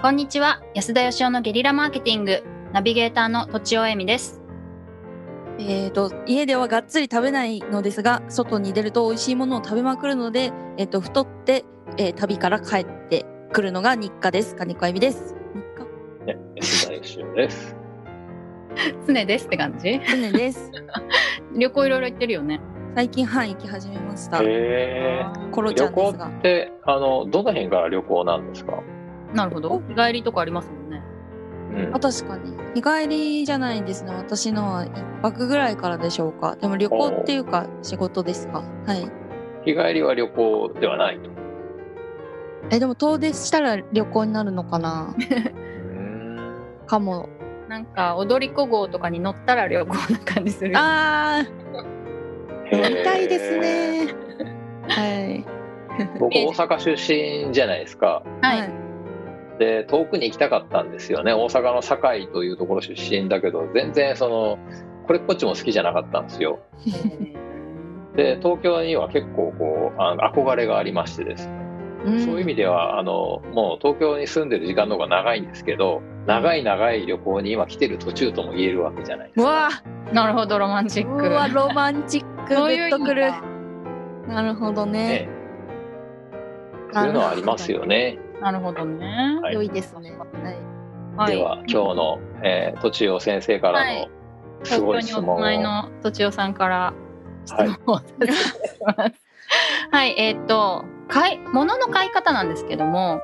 こんにちは安田義生のゲリラマーケティングナビゲーターのとちおえみですえー、と家ではがっつり食べないのですが外に出ると美味しいものを食べまくるので、えー、と太って、えー旅から帰ってくるのが日課です金子あゆみですね、安田義雄です。常ですって感じ日課常 です旅行いろいろ行ってるよね最近はい行き始めましたへコローちゃんで旅行すがってあのどの辺が旅行なんですか？なるほど日帰りとかありますもんねうんあ、確かに日帰りじゃないんですね私のは1泊ぐらいからでしょうかでも旅行っていうか仕事ですかはい日帰りは旅行ではないと。えでも遠出したら旅行になるのか なかもなんか踊り子号とかに乗ったら旅行な感じするよあへーー乗りたいです。 ねはい僕大阪出身じゃないですか。はい、で遠くに行きたかったんですよね。大阪の堺というところ出身だけど全然そのこれっぽっちも好きじゃなかったんですよ。で東京には結構こうあの憧れがありましてですね。んそういう意味ではあのもう東京に住んでる時間の方が長いんですけど長い長い旅行に今来てる途中とも言えるわけじゃないですうか。わなるほどロマンチッうクわロマンチックそうグいうッ意と味くるかなるほどね、ねそういうのはありますよね。なるほどね、はい良いですねはいはい、では今日の、えー、とちお先生からはのいす東ご京いに質お問住を、まいのとちおさんから質はい問をさせていただきます。はい、えーっと、買い、物の買い方なんですけども、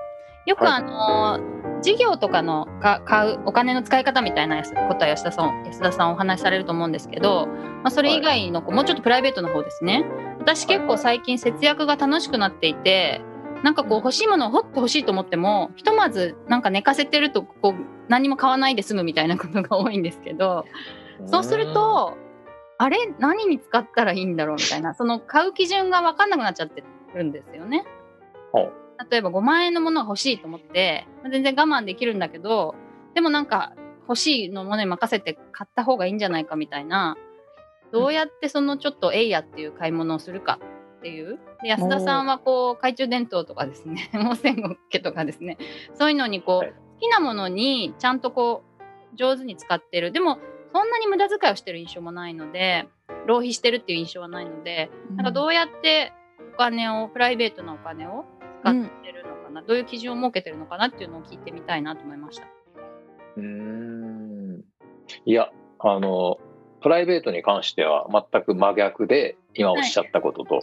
よくはいあのー、事業とかのか買うお金の使い方みたいなやつことは安田さん、安田さんお話しされると思うんですけど、まあ、それ以外の、こうもうちょっとプライベートの方ですね。私結構最近節約が楽しくなっていて、なんかこう欲しいものを掘って欲しいと思っても、ひとまずなんか寝かせてると、こう何も買わないで済むみたいなことが多いんですけど、そうすると、あれ何に使ったらいいんだろうみたいな、その買う基準が分かんなくなっちゃってるんですよねほう。例えば5万円のものが欲しいと思って、全然我慢できるんだけど、でもなんか欲しいのものに任せて買った方がいいんじゃないかみたいな、どうやってそのちょっとえいやっていう買い物をするかっていう。で安田さんはこう懐中電灯とかです ね、毛線ゴッケとかですね、そういうのにこう、はい好きなものにちゃんとこう上手に使ってる。でもそんなに無駄遣いをしてる印象もないので浪費してるっていう印象はないのでなんかどうやってお金をプライベートなお金を使ってるのかな、どういう基準を設けてるのかなっていうのを聞いてみたいなと思いました。うーんいやあのプライベートに関しては全く真逆で今おっしゃったことと、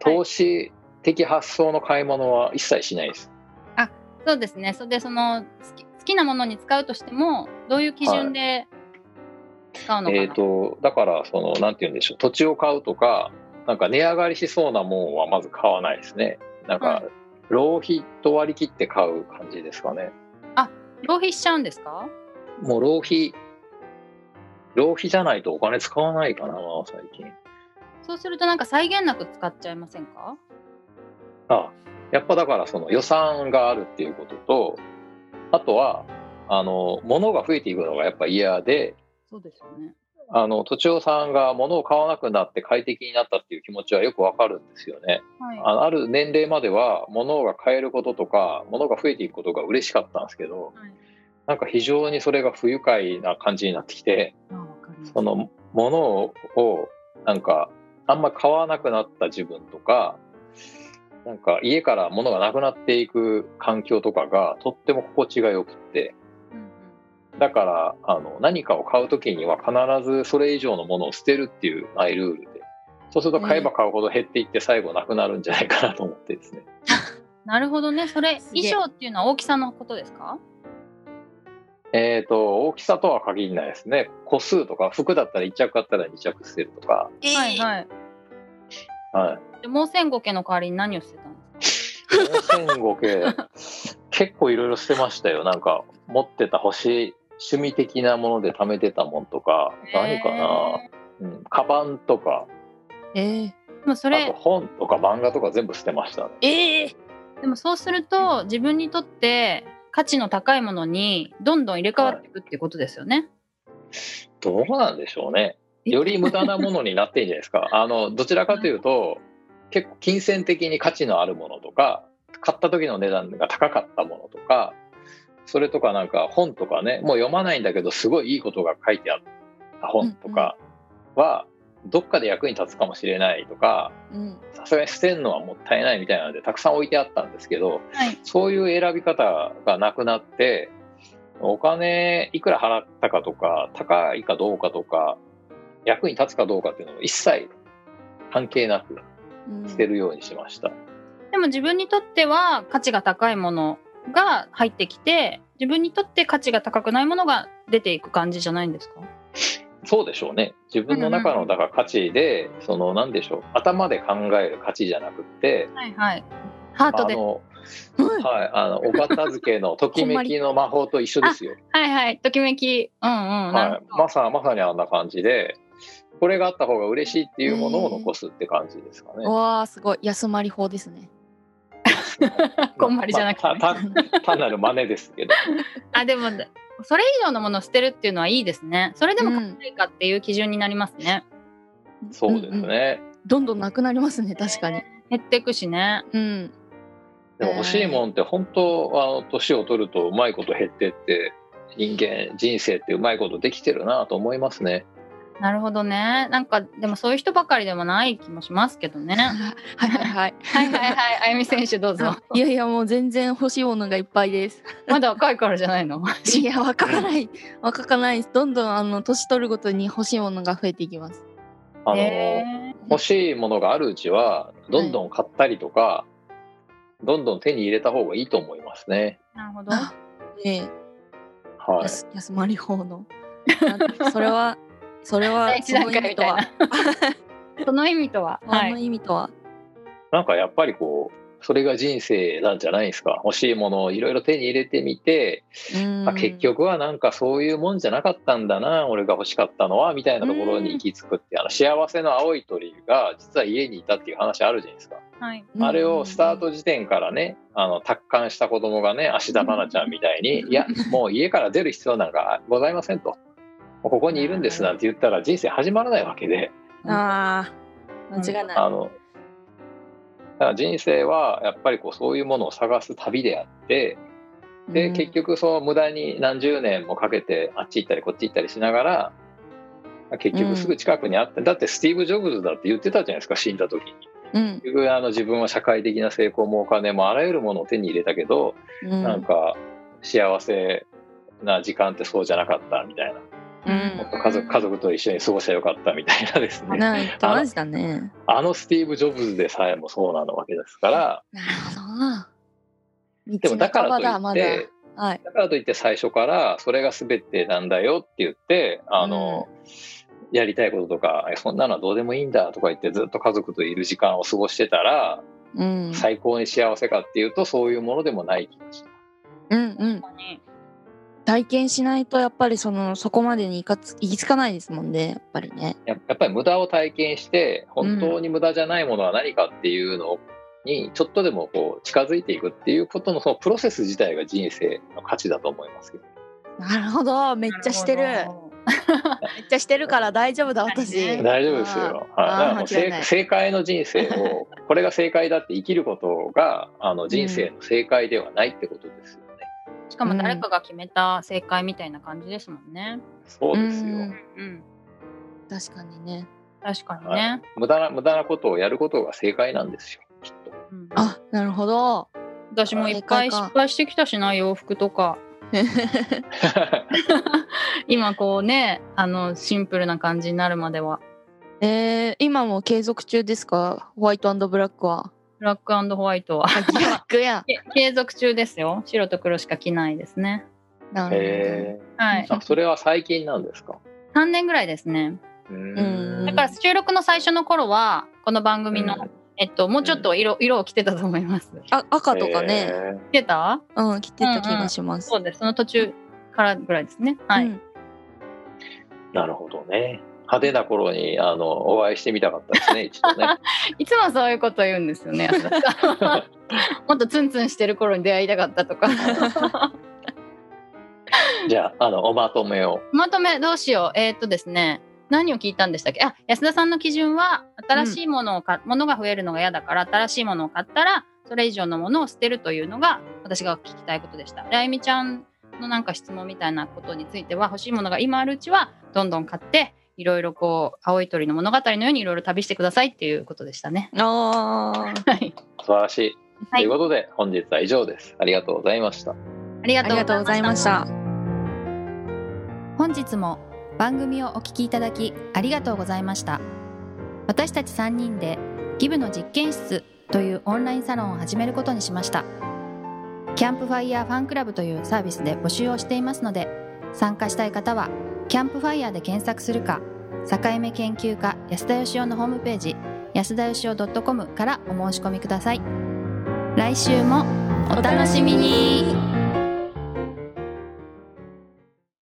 投資的発想の買い物は一切しないです。そうですねそれでその好き好きなものに使うとしてもどういう基準で使うのかな、えー、とだからそのなんて言うんでしょう土地を買うとかなんか値上がりしそうなもんはまず買わないですねなんか、はい浪費と割り切って買う感じですかね浪費しちゃうんですかもう浪費浪費じゃないとお金使わないかな最近そうするとなんか際限なく使っちゃいませんかあやっぱだからその予算があるっていうこととあとはあの物が増えていくのがやっぱ嫌でそうですよね。あの土地をさんが物を買わなくなって快適になったっていう気持ちはよくわかるんですよねはい、あのある年齢までは物が買えることとか物が増えていくことが嬉しかったんですけどはいなんか非常にそれが不愉快な感じになってきてあわかりますその物ををなんかあんま買わなくなった自分とかなんか家から物がなくなっていく環境とかがとっても心地がよくってうんうんだからあの何かを買う時には必ずそれ以上のものを捨てるっていうマイルールでそうすると買えば買うほど減っていって最後なくなるんじゃないかなと思ってですね。なるほどね。それすげえ以上っていうのは大きさのことですか？えー、と大きさとは限らないですね個数とか服だったら1着買ったら2着捨てるとか、はいはい。はい、で毛線ゴケの代わりに何をしてたんです4 5系結構いろいろ捨てましたよなんか持ってた星趣味的なもので貯めてたもんとかか？何かな、えうん、カバンとかえーー。でもそあとれ本とか漫画とか全部捨てましたねえーでもそうすると自分にとって価値の高いものにどんどん入れ替わっていくっていうことですよね。どうなんでしょうねより無駄なものになっていいんじゃないですかあのどちらかというと結構金銭的に価値のあるものとか買った時の値段が高かったものとかそれとかなんか本とかねもう読まないんだけどすごいいいことが書いてあった本とかはどっかで役に立つかもしれないとかうんさすがに捨てるのはもったいないみたいなのでたくさん置いてあったんですけどはいそういう選び方がなくなってお金いくら払ったかとか高いかどうかとか役に立つかどうかっていうのを一切関係なくうん捨てるようにしました。でも自分にとっては価値が高いものが入ってきて自分にとって価値が高くないものが出ていく感じじゃないんですかそうでしょうね自分の中のだから価値で、その何でしょう頭で考える価値じゃなくってはいはいハーあトでの、はいはい、あのお片付けのときめきの魔法と一緒ですよ。はいはいときめきうんうんなはるい、ほどまさまさにあんな感じでこれがあった方が嬉しいっていうものを残すって感じですかね。わあすごい休まり法ですね。こんまりじゃなくてねまあた た単なる真似ですけどあでもそれ以上のものを捨てるっていうのはいいですねそれでもうん高いかっていう基準になりますね、そうですんんね、どんどんなくなりますね確かに。減っていくしねうん。でも欲しいもんって本当あの年を取るとうまいこと減ってって人間人生ってうまいことできてるなと思いますね。なるほどねなんかでもそういう人ばかりでもない気もしますけど ねはいはい ははい。いはいはいあゆみ選手どうぞ あいやいやもう全然欲しいものがいっぱいです。まだ若いからじゃないの いや若かない若かないですどんどんあの年取るごとに欲しいものが増えていきます。あの、へー欲しいものがあるうちはどんどん買ったりとか、どんどん手に入れた方がいいと思いますね。なるほど。あねえ、はいや、す休まり法の。あ それはそれは第一段階みたい な。その意味とは。その意味とははそのい。意味とは。なんかやっぱりこうそれが人生なんじゃないですか欲しいものをいろいろ手に入れてみて、うんあ結局はなんかそういうもんじゃなかったんだな俺が欲しかったのはみたいなところに行き着くって、あの幸せの青い鳥が実は家にいたっていう話あるじゃないですか、はい。うんあれをスタート時点からねあの達観した子供がね芦田愛菜ちゃんみたいに、いやもう家から出る必要なんかございませんと。もうここにいるんですなんて言ったら人生始まらないわけで、ああ間違いあない。のだから人生はやっぱりこうそういうものを探す旅であってでうん結局そう無駄に何十年もかけてあっち行ったりこっち行ったりしながら結局すぐ近くにあって、だってスティーブ・ジョブズだって言ってたじゃないですか死んだ時に。うん結局あの自分は社会的な成功もお金もあらゆるものを手に入れたけど、うんなんか幸せな時間ってそうじゃなかったみたいなうん家族家族と一緒に過ごせばよかったみたいなですねなんかマジだね。あのスティーブ・ジョブズでさえもそうなのわけですからなるほど。でもだからと道半ばだまいだってはい。だからといって最初からそれが全てなんだよって言ってあの、やりたいこととかえそんなのはどうでもいいんだとか言ってずっと家族といる時間を過ごしてたらうん。最高に幸せかっていうとそういうものでもない気がします。うんう確ん。かに。体験しないとやっぱりそのそこまでにいかつ行き着かないですもんねやっぱりね。ややっぱり無駄を体験して本当に無駄じゃないものは何かっていうのにちょっとでもこう近づいていくっていうことのそのプロセス自体が人生の価値だと思いますけどなるほどめっちゃしてるなるほどめっちゃしてるから大丈夫だ私 大丈夫ですよ。はい、だあーからもう間違いな正い正解の人生 をこれが正解だって生きることがあの人生の正解ではないってことですよね。しかも誰かが決めた正解みたいな感じですもんね。そうですよ、うんうん。確かにね。確かにはねい。無駄な無駄なことをやることが正解なんですよきっと。うんあなるほど。私もいっぱい失敗してきたしな洋服とか。今こうねあのシンプルな感じになるまでは。えー、今も継続中ですかホワイトブラックは。ブラックホワイト は逆や。け継続中ですよ。白と黒しか着ないですね。なるへはいー。あそれは最近なんですか。 3年ぐらいですね。ううーんんだから収録の最初の頃はこの番組の、えっともうちょっと色色を着てたと思います。ほど。あ赤とかへね、ー着てた？うん着てた気がします。そうです。その途中からぐらいですね。はい。うんなるほどね。派手な頃にあのお会いしてみたかった ですね、一度ね。いつもそういうこと言うんですよね。安田さん もっとツンツンしてる頃に出会いたかったとか。じゃあ、あのおまとめを。まとめどうしよう。えーっとですね。何を聞いたんでしたっけあ安田さんの基準は新しいものを買、ものが増えるのが嫌だから新しいものを買ったらそれ以上のものを捨てるというのが私が聞きたいことでした。であゆみちゃんのなんか質問みたいなことについては欲しいものが今あるうちはどんどん買っていろいろこう青い鳥の物語のようにいろいろ旅してくださいっていうことでしたね。あーはい素晴らしい。はいということで、本日は以上です。ありがとうございました。ありがありがととううごござざいいままししたた。。本日も番組をお聞きいただきありがとうございました私たち3人でギブの実験室というオンラインサロンを始めることにしましたキャンプファイヤーファンクラブというサービスで募集をしていますので参加したい方はキャンプファイヤーで検索するか境目研究家安田義雄のホームページ安田義雄 .com からお申し込みください来週もお楽しみに